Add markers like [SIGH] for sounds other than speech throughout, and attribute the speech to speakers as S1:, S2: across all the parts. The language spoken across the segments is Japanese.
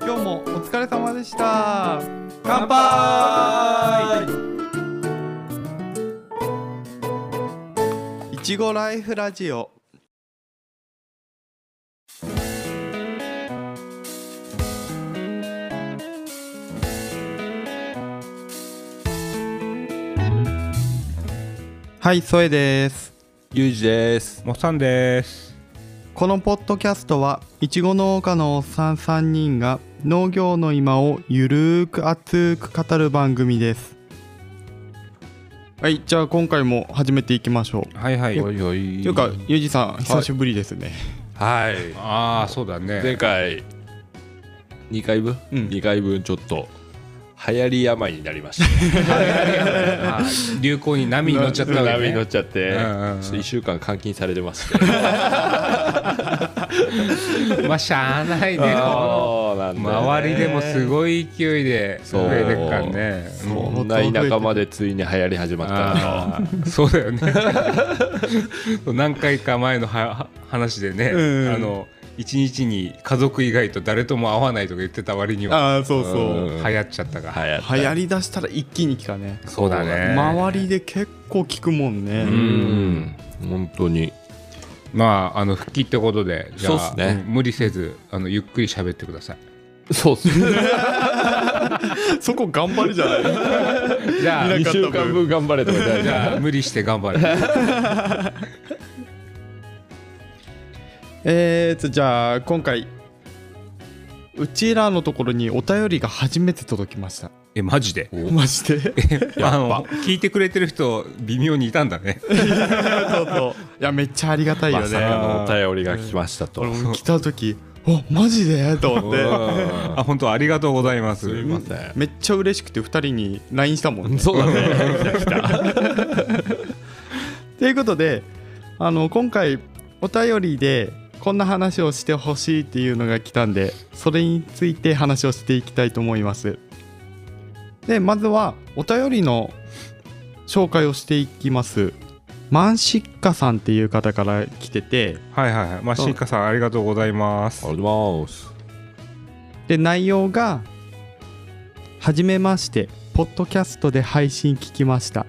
S1: 今日もお疲れ様でした乾
S2: 乾
S1: 杯いちごライフラジオはい、添です
S2: ゆうじです。
S3: もっさんです。
S1: このポッドキャストはいちご農家のおっさん3人が農業の今をゆるーく熱く語る番組ですはいじゃあ今回も始めていきましょう
S3: はいはい。
S2: いおい
S1: というかゆうじさん久しぶりですね、
S2: はい。
S3: ああ、そうだね。
S2: 前回二回分、
S1: うん
S2: 二回分ちょっと流行り病になりました。
S3: あー流行に波に乗っちゃったわけ
S2: [LAUGHS] 波に乗っ
S3: ね。
S2: ちゃって、
S3: うんうんうん
S2: ちょっと一週間監禁されてまして。
S3: まあ、しゃあないね。
S2: そ
S3: こ
S2: うなんだよね
S3: の周りでもすごい勢いで
S2: そう
S3: 増えてくからね。
S2: こんな田舎までついに流行り始まった
S3: あ
S2: な
S3: ーそうだよね何回か前のは話でね、
S1: うん
S3: あの一日に家族以外と誰とも会わないとか言ってた割に
S1: あ
S3: は
S1: あそうそううん
S3: 流行っちゃったが、
S2: 流行った
S1: 流行りだしたら一気に来たね
S3: そうだね
S1: 周りで結構聞くもんね、
S2: うん本当に
S3: まああの復帰ってことでじゃあ
S2: そうっすね
S3: うん無理せずあのゆっくり喋ってください
S2: そうっすね
S1: [LAUGHS] そこ頑張るじゃない [LAUGHS]
S3: じゃあ
S1: 見
S2: [LAUGHS]
S1: な
S2: 2
S1: かった分
S2: 週間分頑張れとかじゃない
S3: じゃあ無理して頑張る。
S1: えーとじゃあ今回うちらのところにお便りが初めて届きました
S3: えマジ [LAUGHS] で。
S1: まして
S3: あの聞いてくれてる人微妙にいたんだね。
S1: そうそういやめっちゃありがたいよ
S2: まさか
S1: ね。
S2: のお便りが来ましたと
S1: 俺も来た時おマジでと思って
S3: あ本当ありがとうございます。
S2: すいませ
S1: [LAUGHS]
S2: ん
S1: めっちゃ嬉しくて2人に LINE したもんね。
S2: そうだね
S1: ということであの今回お便りでこんな話をしてほしいっていうのが来たんでそれについて話をしていきたいと思います。でまずはお便りの紹介をしていきます。マンシッカさんっていう方から来てて
S3: はいはいはい。まあシンカさんありがとうございます
S2: あ。りがとうございます
S1: で内容が「はじめましてポッドキャストで配信聞きました」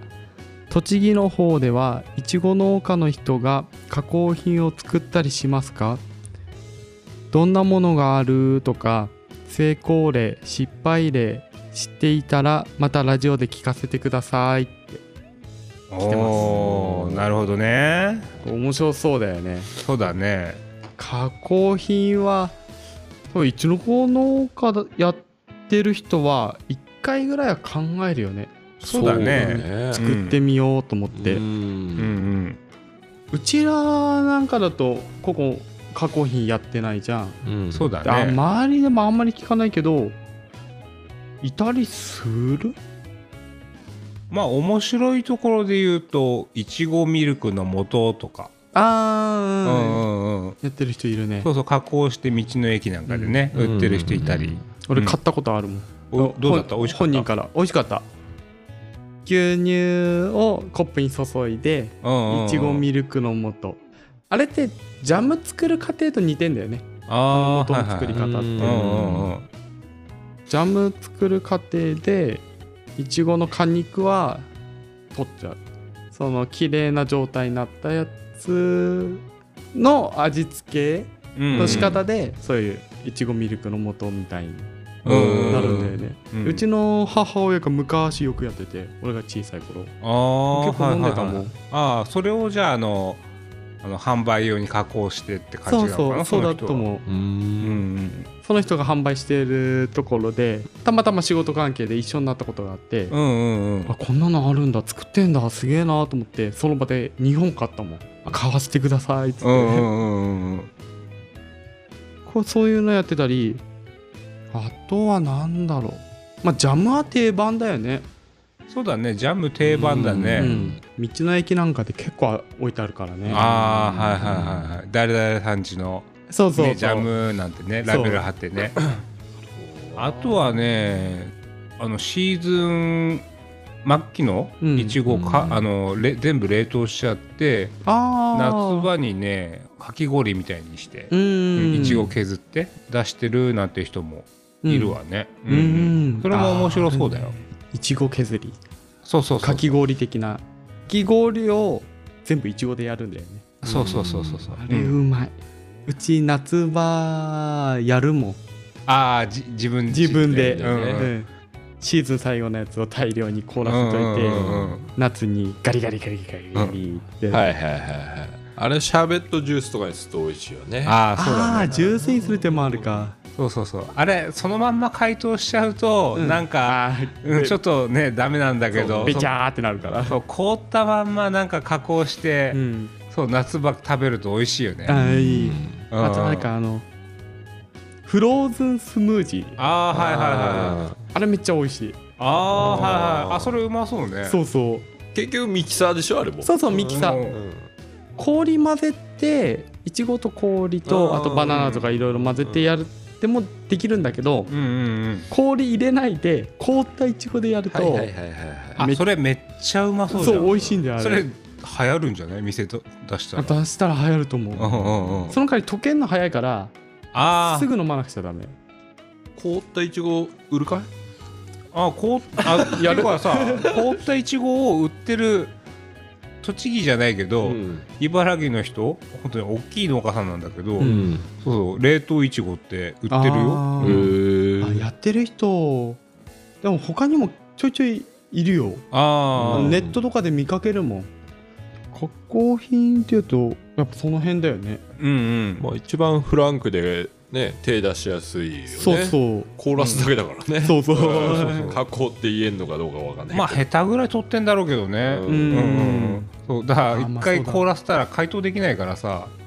S1: 栃木の方ではいちご農家の人が加工品を作ったりしますかどんなものがあるとか成功例失敗例知っていたらまたラジオで聞かせてください
S3: 来
S1: てます
S3: ます。なるほどね。
S1: 面白そうだよね
S3: そうだね。
S1: 加工品はそういちご農家だやってる人は1回ぐらいは考えるよね
S3: そうだね
S2: そうだね
S1: 作ってみようと思って、う
S3: うんうん。
S1: ちらなんかだとここ加工品やってないじゃん、
S2: うん
S3: そうだ
S1: あ
S3: ね。
S1: 周りでもあんまり聞かないけどいたりする
S3: まあ面白いところで言うといちごミルクの素とか。うんう
S1: あ
S3: んうん。
S1: やってる人いるね
S3: そうそう加工して道の駅なんかでね売ってる人いたり。
S1: 俺買ったことあるもん、
S3: おどうだった？
S1: ほん
S3: 美味しかった。
S1: 本人から美味しかった牛乳をコップに注いで
S3: うんうんうん。
S1: いちごミルクの素あれってジャム作る過程と似てんだよね
S3: ああ
S1: 素の作り方って、
S2: はいはい
S3: うんうんうん。
S1: ジャム作る過程でいちごの果肉は取っちゃうその綺麗な状態になったやつの味付けの仕方で、そういういちごミルクの素みたいに
S3: うん
S1: なるんだよね、
S3: う
S1: うんちの母親が昔よくやってて俺が小さい頃
S3: あー
S1: 結構飲んでたもん
S3: はいはいはいあーそれをじゃああのあの販売用に加工してって感
S1: そ
S3: じ
S1: う
S3: なのか
S1: そ
S3: な
S1: うそうだ
S3: の人
S1: と思う
S2: う
S3: うん
S2: ん
S1: その人が販売してるところでたまたま仕事関係で一緒になったことがあって、
S3: うんうんうん
S1: あこんなのあるんだ作ってんだすげえなと思ってその場で2本買ったもんあ買わせてくださいっつって、
S3: うんうんうんうん
S1: こうそういうのやってたりあとは何だろうまあジャムは定番だよね、
S3: そうだねジャム定番だ
S2: う
S1: う
S3: ね
S1: ん、道の駅なんかで結構置いてあるからね
S3: ああはいはいはいはい誰々さんちの
S1: そうそうそう、
S3: ねジャムなんてね
S1: そ
S3: ラ
S1: う
S3: ベル貼ってねあとはねあのシーズン末期の
S1: うん
S3: いちごか
S2: うん
S3: あのれ全部冷凍しちゃって
S1: あ
S3: 夏
S1: ー
S3: 場にねかき氷みたいにして
S1: うん
S3: いちご削って出してるなんて人も
S1: うん
S3: いるわね、
S1: うんうん
S3: それも面白そうだよ
S1: いちご削り
S3: そうそうそ
S1: か
S3: う
S1: き氷的なかき氷を全部いちごでやるんだよね
S3: そうそうそうそうそう
S1: あれう
S3: うん
S1: まい、うち夏場やるもん
S3: ああじ自分
S1: 自分で、
S2: 自
S1: う
S2: 分
S1: ん
S2: でね
S1: シーズン最後のやつを大量に凍らせといて、
S3: うんうんうんうん
S1: 夏にガリガリガリガリガリって、
S2: はいはいはいはいあれシャーベットジュースとかにすると美味しいよね
S3: ああそう
S1: あ
S3: だ
S1: あ
S3: ね
S1: ジュースにする手もあるか、
S3: そうそうそうあれそのまんま解凍しちゃうと、なんか、
S1: あ
S3: うん、ちょっとねダメなんだけど
S1: べちゃーってなるから
S3: そそう凍ったまんまなんか加工して、
S1: うん
S3: そう夏場食べると美味しいよね
S1: あーいい、
S3: うんうん
S1: あとなんかあのフローズンスムージー
S3: ああはいはいはい
S2: い
S1: あれめっちゃ美味しい
S3: ああはいはいあそれうまそうね
S1: そうそう
S2: 結局ミキサーでしょあれも
S1: そうそうミキサー、
S3: うん
S1: 氷混ぜていちごと氷と
S2: あ
S1: あ
S2: ー
S1: とバナナとかいろいろ混ぜてやるでもできるんだけど
S3: うんうんうん
S1: 氷入れないで凍ったいちごでやると、
S2: はいはいはいはいはい
S3: あ
S1: め
S3: それめっちゃうまそうじ
S1: そ
S3: ゃ
S1: うん美味しいんだよあれ
S3: それ流行るんじゃない店と出したら
S1: 出したら流行ると思
S3: う
S1: うん
S3: うんうん
S1: その代わり溶けんの早いから
S3: あ
S1: す
S3: ー
S1: ぐ飲まなくちゃダメ
S2: 凍ったいちご売るかい
S3: あ凍っあっていうかさ凍ったいちごを売ってる栃木じゃないけど、茨城の人本当に大きい農家さんなんだけど、
S1: う
S2: うん
S3: そうそう冷凍いちごって売ってるよ
S1: あ
S2: へ
S1: ー
S2: ー
S1: あやってる人でも他にもちょいちょいいるよ
S3: あー
S1: ネットとかで見かけるもん加工品っていうとやっぱその辺だよね
S3: うんうん、
S2: まあ一番フランクでね手出しやすいよね
S1: そうそう
S2: 凍らすだけだからね、
S1: そう
S3: [LAUGHS]
S1: そう
S2: うん [LAUGHS] 加工って言えんのかどうかわかんない
S3: まあ
S2: けど
S3: 下手ぐらい取ってんだろうけどね
S2: う
S1: うん
S3: うんうん
S1: ん
S3: そうだから
S1: あーまあ
S3: 一回
S1: そうだ
S3: 凍らせたら解凍できないからさ、
S2: うん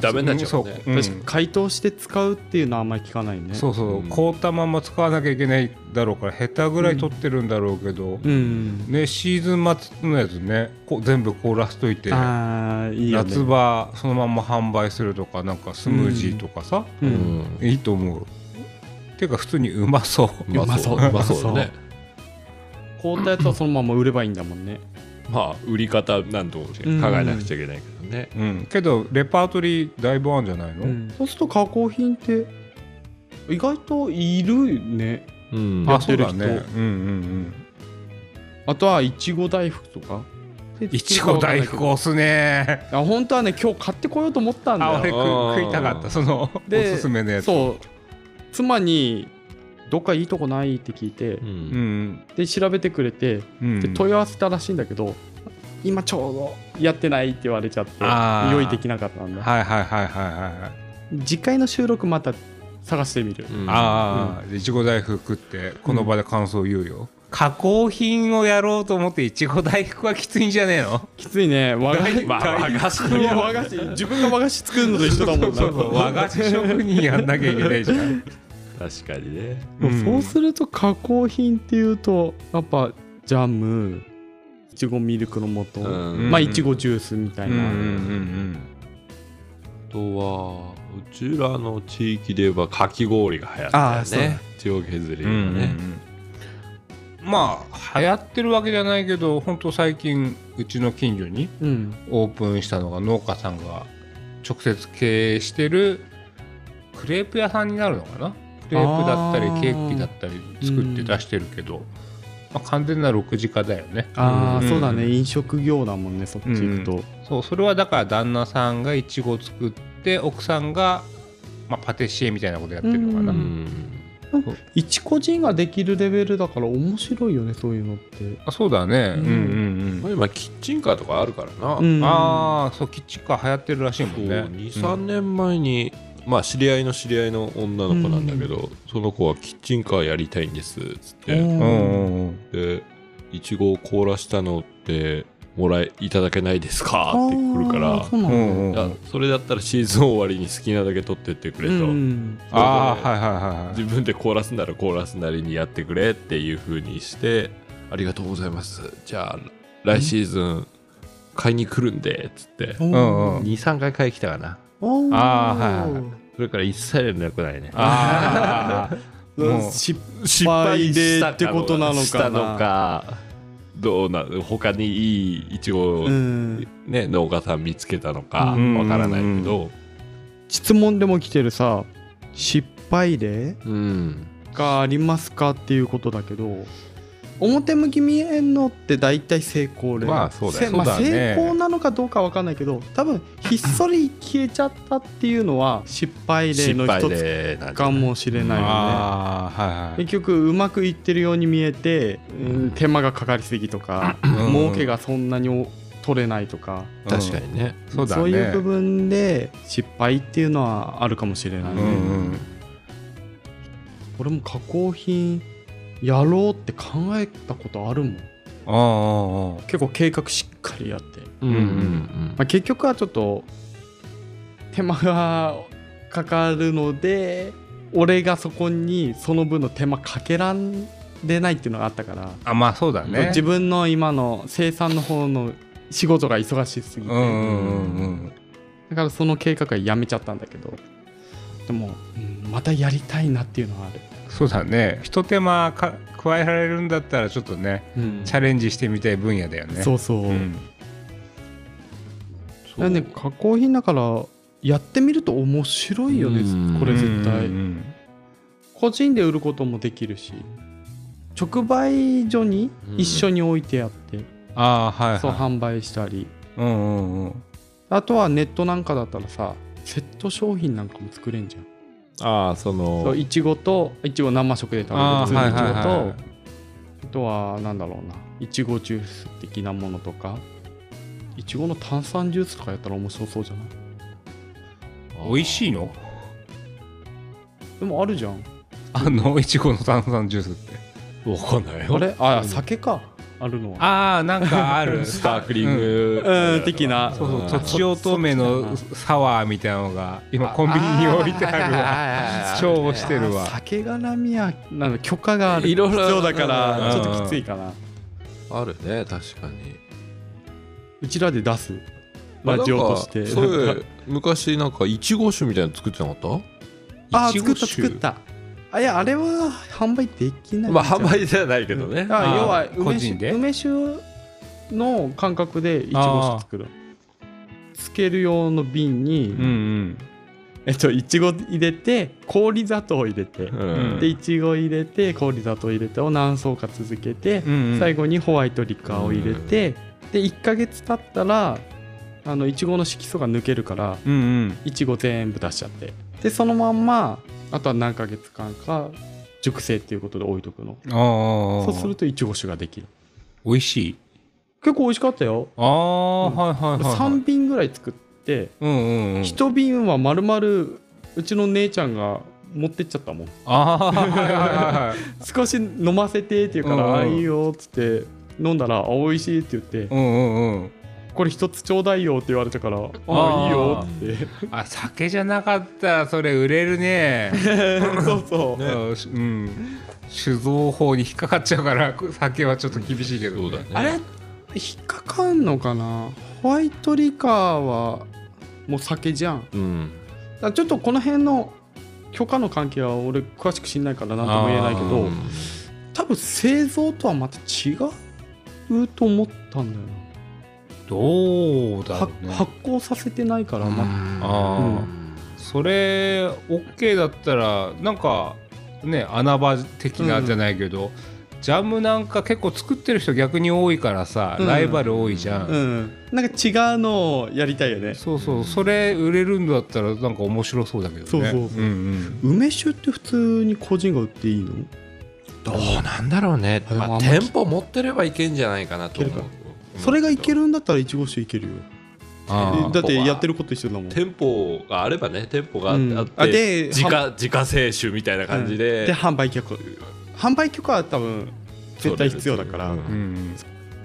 S2: ダメになっちゃうもんね
S3: そ
S1: 確
S3: うん
S1: かに解凍して使うっていうのはあんまり聞かないね
S3: そうそう、
S2: うん
S3: 凍ったまま使わなきゃいけないだろうから下手ぐらい取ってるんだろうけど、
S1: うん
S3: ね、シーズン末のやつねこう全部凍らせといて、
S1: ああいいよね
S3: 夏場そのまんま販売するとかなんかスムージーとかさ、
S1: う
S2: うんん
S3: いいと思うていうか普通にうまそう
S1: うまそう
S2: うまそうだね
S1: 凍ったやつはそのまま売ればいいんだもんね
S2: まあ売り方なんとも考えなくちゃいけないけどね、
S3: うん、けどレパートリーだいぶあるんじゃないの、
S1: そうすると加工品って意外といるね
S2: うん
S1: や
S3: あ
S1: って
S3: そう
S1: る
S3: だ
S1: 人
S3: ねうんうん
S1: あとはいちご大福とか
S3: うんいちご大福押すね
S1: あ本当はね今日買ってこようと思ったんだ
S3: あ
S1: よ
S3: 俺
S2: あー
S3: 食食いたかったそのお
S1: です
S3: すめのやつう、
S1: そう妻に「どっかいいとこない?」って聞いて、
S2: うん
S3: ん
S1: で調べてくれて
S3: うん、
S1: で問い合わせたらしいんだけど、今ちょうどやってないって言われちゃって
S3: あー
S1: 用意できなかったんだ
S3: はいはいはいはいはいはい
S1: 次回の収録また探してみる、
S2: うん
S3: ああ、いちご大福食ってこの場で感想言うよ、加工品をやろうと思っていちご大福はきついんじゃねえの
S1: きついね和菓子
S2: まあ和菓子の
S1: いや和菓子自分が和菓子作るのと一緒だもんな
S3: そうそう和菓子職人やんなきゃいけないじゃん
S2: 確かにね
S1: もう
S3: うん
S1: そうすると加工品っていうとやっぱジャムいちごミルクの素、
S2: うん
S1: まあいちごジュースみた
S3: う
S1: い
S3: んうんう
S1: な、
S3: ん
S2: あとはうちらの地域で言えばかき氷が流行った
S1: あー
S2: よ
S1: そうだ
S2: ね地方削り
S3: う
S2: が
S3: ん
S2: ね、
S3: まあ流行ってるわけじゃないけど本当最近うちの近所に
S1: うん
S3: オープンしたのが農家さんが直接経営してるクレープ屋さんになるのかなクレープだったり
S1: あー
S3: ケーキだったり作って出してるけど、まあ、完全な6時化だよね
S1: ああ、
S3: うん
S1: そうだね飲食業だもんねそっち行くと、
S3: そうそれはだから旦那さんがいちご作って奥さんが、まあ、パティシエみたいなことやってるのかな、
S1: う
S2: うん
S1: いちこ人ができるレベルだから面白いよねそういうのって
S3: あそうだね
S1: う
S3: うんんうん
S2: ま
S3: うん
S2: あ、今キッチンカーとかあるからな、
S1: うん
S3: ああそうキッチンカー流行ってるらしいもんね
S2: 23年前に、まあ知り合いの知り合いの女の子なんだけど、その子はキッチンカーやりたいんですっつっ
S1: う
S2: て、
S3: うんんうんうんうん
S2: でいちごを凍らしたのってもらえいただけないですかってくるか
S1: あーそうなんだ
S2: ら
S3: うんうん
S2: あそれだったらシーズン終わりに好きなだけ取ってってくれと、
S1: うん
S3: あーはいはいはいはい
S2: 自分でコーラスならコーラスなりにやってくれっていう風にしてありがとうございますじゃあ来シーズン買いに来るんでっつって
S1: うん
S3: うんうん
S2: 23回買いに来たかな
S1: おー
S3: あーはいはい
S2: それから一切連絡ないね
S3: ああもう
S1: 失
S2: [LAUGHS] 失
S1: 敗で
S2: 敗で
S1: っ
S2: ってて
S1: こ
S2: ことと
S1: な
S2: な
S1: のか
S2: の
S1: な
S2: かどうな他にいいイチゴを、
S1: うん
S2: ね、農家さん見つけたのか
S1: う
S2: わ
S3: ん
S2: からないけど、
S1: 質問でも来てるさ失ぱい例
S2: うん
S1: がありますかっていうことだけど表向き見えんのって大体成功例、
S2: まあそうだよ
S1: せまあ
S3: そうだね
S1: 成功なのかどうかわかんないけど多分ひっそり消えちゃったっていうのは失敗例の一つ
S2: 例なんじゃ
S1: か
S2: ない
S1: もしれないよね
S3: ああはいはい
S1: 結局うまくいってるように見えて、うん、手間がかかりすぎとか
S3: うん
S1: 儲けがそんなに取れないとか
S2: 確かにね
S3: そうだね
S1: いう部分で失敗っていうのはあるかもしれないね、
S3: うんうん
S1: 俺も加工品やろうって考えたことあるもん
S3: ああああ
S1: 結構計画しっかりやって、
S2: うんうんうん
S1: まあ、結局はちょっと手間がかかるので俺がそこにその分の手間かけられないっていうのがあったから、
S3: あまあそうだね
S1: 自分の今の生産の方の仕事が忙しすぎて、
S3: うんうんうんうん
S1: だからその計画はやめちゃったんだけどでも、うんまたやりたいなっていうのはある、
S3: そうだねひと手間か加えられるんだったらちょっとねチャレンジしてみたい分野だよね
S1: そうそう、
S3: ん
S1: なんで加工品だからやってみると面白いよね、
S2: うん
S1: これ絶対、
S3: うんうん
S1: 個人で売ることもできるし直売所に一緒に置いてあって、
S3: ああはいはい
S1: そう販売したり
S3: うんうんうん
S1: あとはネットなんかだったらさセット商品なんかも作れんじゃん
S2: ああその
S1: そういちごといちご生食で食べる
S3: あ
S1: 普
S3: あ
S1: 通の
S3: はい
S1: いちご
S3: はい
S1: と
S3: は
S1: あ
S3: い
S1: とはなんだろうないちごジュース的なものとかいちごの炭酸ジュースとかやったら面白そうじゃない
S3: 美味しいの [LAUGHS]
S1: でもあるじゃん
S3: あのいちごの炭酸ジュースって
S2: わかんないよ
S1: あれあ
S2: うん
S1: 酒かあるのは
S3: ああなんかあ [LAUGHS] る
S2: スタークリング
S1: うん的な
S3: そうそううんとちおとめのサワーみたいなのが今コンビニに置いてあるわ
S1: [LAUGHS] あ
S3: 重宝してるわ
S1: 酒がらみやなの許可がある
S2: いろいろ
S1: 必要だか
S2: う
S1: ら
S2: ん
S1: ちょっときついかな
S2: あるね確かに
S1: うちらで出すラジオとして
S2: なんかそういう昔なんかいちご酒みたいなの作ってなかっ
S1: あ
S2: いち
S1: 作
S2: ご
S1: った
S2: 酒
S1: 作ったあいやあれは販売できな
S2: た
S1: い
S2: まあ販売じゃないけどね
S1: あ
S3: あー
S1: 要は
S3: 個
S1: 梅
S3: 人
S1: 酒
S3: で
S1: 梅酒の感覚でいちご酒作るつける用の瓶に、
S3: うんうん
S1: えっといちご入れて氷砂糖入れて、
S2: うん
S1: でいちご入れて氷砂糖入れてを何層か続けて、
S3: うんうん
S1: 最後にホワイトリカーを入れて、で1ヶ月経ったらあのいちごの色素が抜けるから
S3: うんうん
S1: いちご全部出しちゃってでそのまんまあとは何ヶ月間か熟成っていうことで置いとくの
S3: ああ
S1: そうするといちご酒ができる
S3: 美味しい
S1: 結構美味しかったよ
S3: ああはいはいはいはい
S1: 3瓶ぐらい作って
S3: うんうんうん
S1: 1瓶は丸々うちの姉ちゃんが持ってっちゃったもん
S3: ああはいはいはいはい
S1: 少し飲ませてって言うから
S3: うんう
S1: 「
S3: ん
S1: あいいよ」っつって飲んだら「あ美味しい」って言って
S3: うんうんうん
S1: 「これ一つちょうだいよ」って言われたから「
S3: あ
S1: あ
S3: ー
S1: いいよ」って
S3: あ酒じゃなかったらそれ売れるね
S1: [LAUGHS] そうそう、
S3: うんしうん酒造法に引っかかっちゃうから酒はちょっと厳しいけど
S2: そうだね
S1: あれ引っかかんのかなホワイトリカーはもう酒じゃんだか
S2: うん
S1: らちょっとこの辺の許可の関係は俺詳しく知んないから何とも言えないけ
S2: う
S1: ど
S2: ん
S1: 多分製造とはまた違うと思ったんだよ
S3: どう
S1: な
S3: だ
S1: は
S3: ろうね
S1: 発酵させてないから、ま
S3: あー
S1: うん
S3: それ OK だったらなんかね穴場的なじゃないけど、ジャムなんか結構作ってる人逆に多いからさ、
S1: うん
S3: ライバル多いじゃん、
S1: うん、なんか違うのをやりたいよね
S3: そうそうそれ売れるんだったらなんか面白そうだけどね
S1: そうそうそうん
S3: ん
S1: 梅酒って普通に個人が売っていいの
S2: どうなんだろうね、
S1: あでも
S2: ま
S1: あ
S2: あ、
S1: んまり
S2: 店舗持ってればいけんじゃないかなと思
S1: いけ
S2: う
S1: るそれがいけ
S2: る
S1: るんだったらいちご酒いけるよ
S3: あ
S1: だってやってること一緒だもん
S2: 店舗があればね店舗があ
S1: うん
S2: あって、
S1: あで
S2: 自家自家製酒みたいな感じで、
S1: で販売許可販売許可は多分絶対必要だから、
S2: うん
S3: あ、うん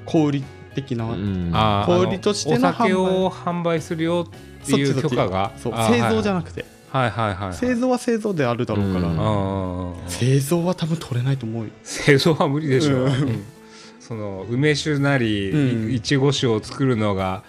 S1: 小売り的な、
S2: うん
S3: あーあの
S1: 氷としての販売
S3: お酒を販売するよっていう許可が
S1: そう
S3: あー
S1: 製造じゃ
S3: は
S1: なくて、
S3: いはいはいはい
S1: 製造は製造であるだろうから、
S2: うん
S3: あー
S1: 製造は多分取れないと思うよ
S3: 製造は無理でし
S1: う
S3: ょ、うんんその梅酒なり、
S1: うん
S3: いいちご酒を作るのが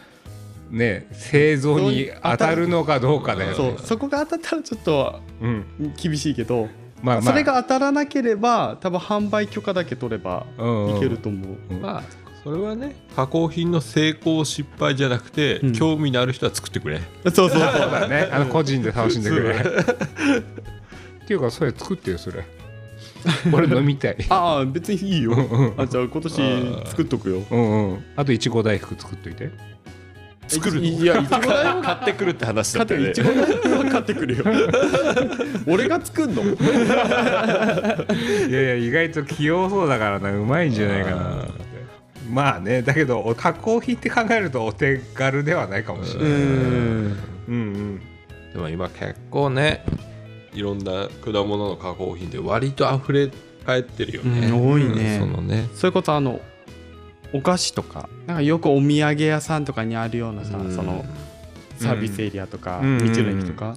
S3: ね製造に当たるのかどうかだよね
S1: そうそこが当たったらちょっと
S3: うん
S1: 厳しいけど、
S3: まあまあ
S1: それが当たらなければ多分販売許可だけ取れば
S3: うんうん
S1: いけると思う、
S2: まあそれはね加工品の成功失敗じゃなくて、
S1: うん
S2: 興味のある人は作ってくれ
S1: [LAUGHS]
S3: [LAUGHS]
S1: そうそうそう
S3: そうだねあの個人で楽しんでくれっていうかそれ作ってよそれ俺飲みたい [LAUGHS]
S1: ああ別にいいよ
S3: うんうん
S1: あじゃあ今年作っとくよ
S3: うんうんあといちご大福作っといて
S2: 作るの
S1: いやいちご大福
S2: [LAUGHS] 買ってくるって話だ
S1: 買っ
S2: った
S1: て
S2: よ
S1: い
S2: ね
S1: ちご大福は買ってくる
S3: [LAUGHS]
S1: よ俺が作んの
S3: いやいや意外と器用そうだからなうまいんじゃないかな
S2: あー
S3: まあねだけどお加工品って考えるとお手軽ではないかもしれ
S1: う
S3: ない、
S1: ん
S3: うんうん、
S2: でも今結構ねいろんな果物の加工品で割と溢れ返ってるよね、
S1: うん多いね
S2: そのね
S1: それこそあのお菓子とかなんかよくお土産屋さんとかにあるようなさ、
S2: うん
S1: そのサービスエリアとか、
S3: うん
S1: 道の駅とか、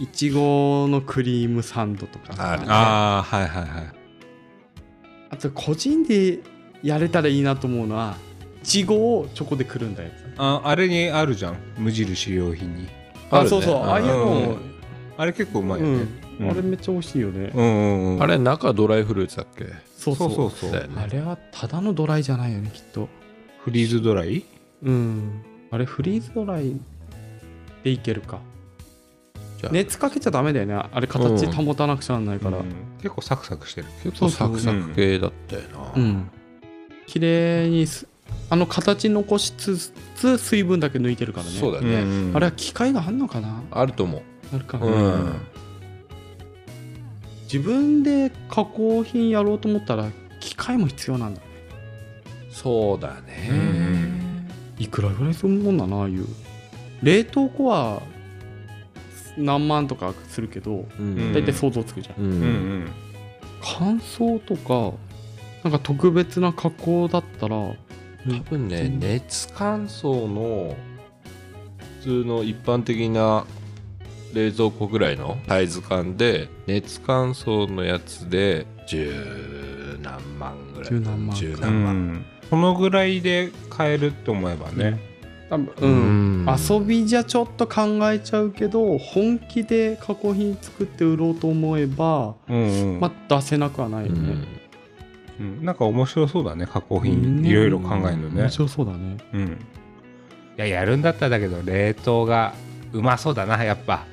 S1: いちごのクリームサンドとかさ
S2: あるね
S3: ああはいはいはい
S1: あと個人でやれたらいいなと思うのはいちごをチョコでくるんだやつ
S3: ああれにあるじゃん無印良品に
S1: あ
S2: るね
S1: そうそうああいうのも、
S3: あれ結構うまいよ
S1: う
S3: ね
S1: ん
S3: うん
S1: あれめっちゃ美味しいよね、
S3: うんうんうん
S2: あれ中ドライフルーツだっけ
S1: そうそ
S3: そううそうそう
S2: だよね
S1: あれはただのドライじゃないよねきっと
S3: フリーズドライ
S1: うんあれフリーズドライでいけるか
S2: じゃあ
S1: 熱かけちゃダメだよねあれ形保たなくちゃなんないから
S3: うん結構サクサクしてる
S2: 結構サクサク系だったよな、
S1: うん綺麗にすあの形残しつつ水分だけ抜いてるからね
S2: そうだね、
S3: うんうん
S1: あれは機械があんのかな
S2: あると思
S1: あるか
S2: う、
S1: な、
S2: うん
S1: 自分で加工品やろうと思ったら機械も必要なんだね
S2: そうだね、
S3: うん
S1: いくらぐらいするもんだなああいう冷凍庫は何万とかするけど
S2: うん
S1: 大体想像つくじゃん、
S2: うん
S3: うんうん
S1: 乾燥とかなんか特別な加工だったら
S2: 多分ね熱乾燥の普通の一般的な冷蔵庫ぐらいのサイズ感で熱乾燥のやつで十何万ぐらい
S1: 十何万
S2: 十
S3: う
S2: 何万
S3: んこのぐらいで買えると思えばね
S1: 多分うん、遊びじゃちょっと考えちゃうけど本気で加工品作って売ろうと思えば、
S3: うんうん
S1: まあ、出せなくはないよ
S2: う
S1: ね
S2: ん、
S3: うんなんか面白そうだね加工
S1: うん
S3: 品いろいろ考えるの
S1: 面
S3: ね
S1: 白そうだね
S3: うんいややるんだったらだけど冷凍がうまそうだなやっぱ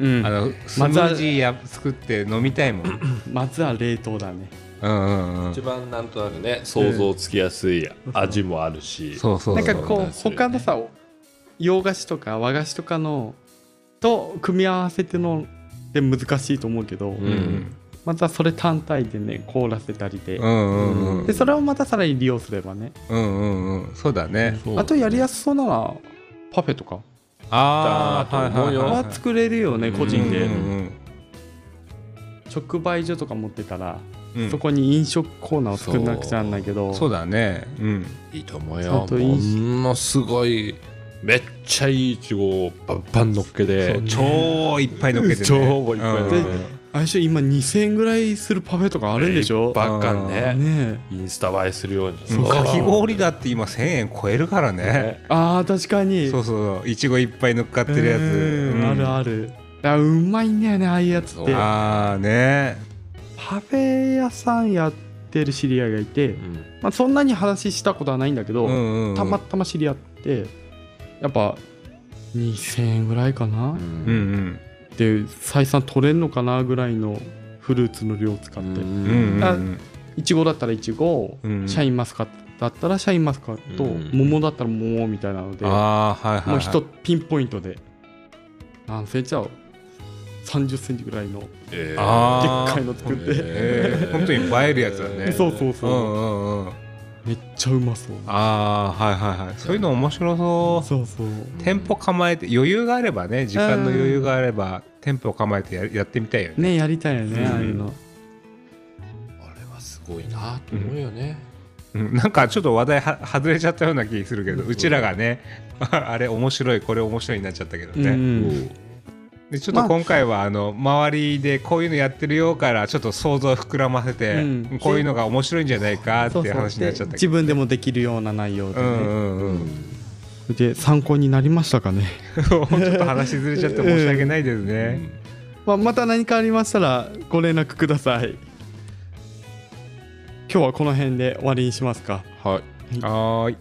S1: うん
S3: あのスムージーや作って飲みたいもんうん
S1: まずは冷凍だね
S3: うんうん
S2: 一番なんとなくね想像つきやすい味もあるし、
S3: そうそうそう
S1: なんかこ
S2: そう
S1: う
S2: なんですよ
S1: 他
S2: ね
S1: のさ洋菓子とか和菓子とかのと組み合わせてので難しいと思うけど、
S2: ん
S3: うん
S1: またそれ単体でね凍らせたりで,、
S3: うんうんうん
S1: でそれをまたさらに利用すればね
S3: うんうんうんそうだね
S2: そう
S1: あとやりやすそうならパフェとか
S3: ああ
S2: だと思うよ
S1: は作れるよね個人で、
S3: うんうん
S1: 直売所とか持ってたら、
S3: うんうん
S1: そこに飲食コーナーを作んなくちゃなんないけど
S3: そうだねうん
S2: いいと思う
S1: あ
S2: よ
S1: とい
S2: も
S1: いし
S2: のすごいめっちゃいいイチゴをバンバン乗っけ
S1: そう
S2: て
S1: ね
S3: 超いっぱい乗っけてね
S2: 超いっぱい乗っけて
S3: うん
S1: 相性今2000円ぐらいするパフェとかあるんでしょ
S2: バカね
S1: ね
S2: インスタ映えするように
S1: そう
S3: かき氷だって今1000円超えるからね
S1: えあー確かに
S3: そうそういちごいっぱい乗っかってるやつ
S1: うん
S3: うん
S1: あるあるあうまいんだよねああいうやつって
S2: そう
S3: ああね
S1: パフェ屋さんやってる知り合いがいて
S2: う、ん
S1: まあ、そんなに話したことはないんだけど、たまたま知り合ってやっぱ2000円ぐらいかな、
S2: う
S1: っ
S3: うんん
S1: ていう採算取れんのかなぐらいのフルーツの量を使って
S3: うんうん
S1: あ
S3: うん
S1: いちごだったらいちご
S3: うん
S1: シャインマスカットだったらシャインマスカット、
S2: うん
S1: 桃だったら桃みたいなのでも
S3: ああはいはいはいう
S1: 一ピンポイントで何センチだろう30センチぐらいのでっ
S2: えー
S3: あー
S1: かいの作って、
S3: えー本当に映えるやつだね
S1: そうそう
S3: う
S1: そう、
S3: んうんうん
S1: めっちゃうまそう
S3: ああはいはいはいそういうの面白そう
S1: そうそう
S3: 店舗構えて余裕があればね時間の余裕があれば店舗構えてややってみたいよね
S1: ねやりたいよね、
S3: うん
S1: ああいうの
S2: あれはすごいなと思うよね、
S3: うんなんかちょっと話題は外れちゃったような気するけどうちらがね [LAUGHS] あれ面白いこれ面白いになっちゃったけど
S1: う
S3: ね
S1: ん
S2: そう
S3: でちょっと今回はあの周りでこういうのやってるよからちょっと想像膨らませて
S1: うん
S3: こういうのが面白いんじゃないかって
S1: そう
S3: いう
S1: そう
S3: 話になっち
S1: で
S3: ゃったけ
S1: 自
S3: ど
S1: 分でもできるような内容で、
S3: う
S1: ね
S3: んうんうん
S1: で参考になりましたか [LAUGHS] ね、
S3: [LAUGHS] ちょっと話ずれちゃって申し訳ないですね。
S1: まあ、また何かありましたらご連絡ください今日はこの辺で終わりにしますか
S2: はい
S3: はーい。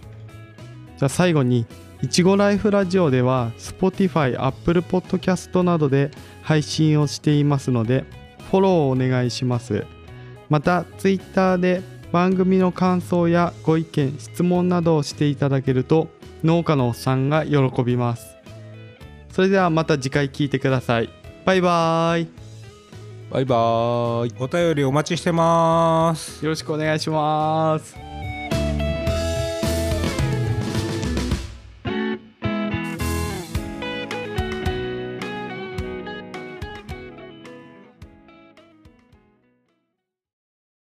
S1: じゃあ最後にいちごライフラジオでは Spotify、Apple Podcast などで配信をしていますのでフォローをお願いしますまた Twitter で番組の感想やご意見質問などをしていただけると農家のおっさんが喜びますそれではまた次回聞いてくださいバイバーイ
S2: バイバーイ
S3: お便りお待ちしてます
S1: よろしくお願いします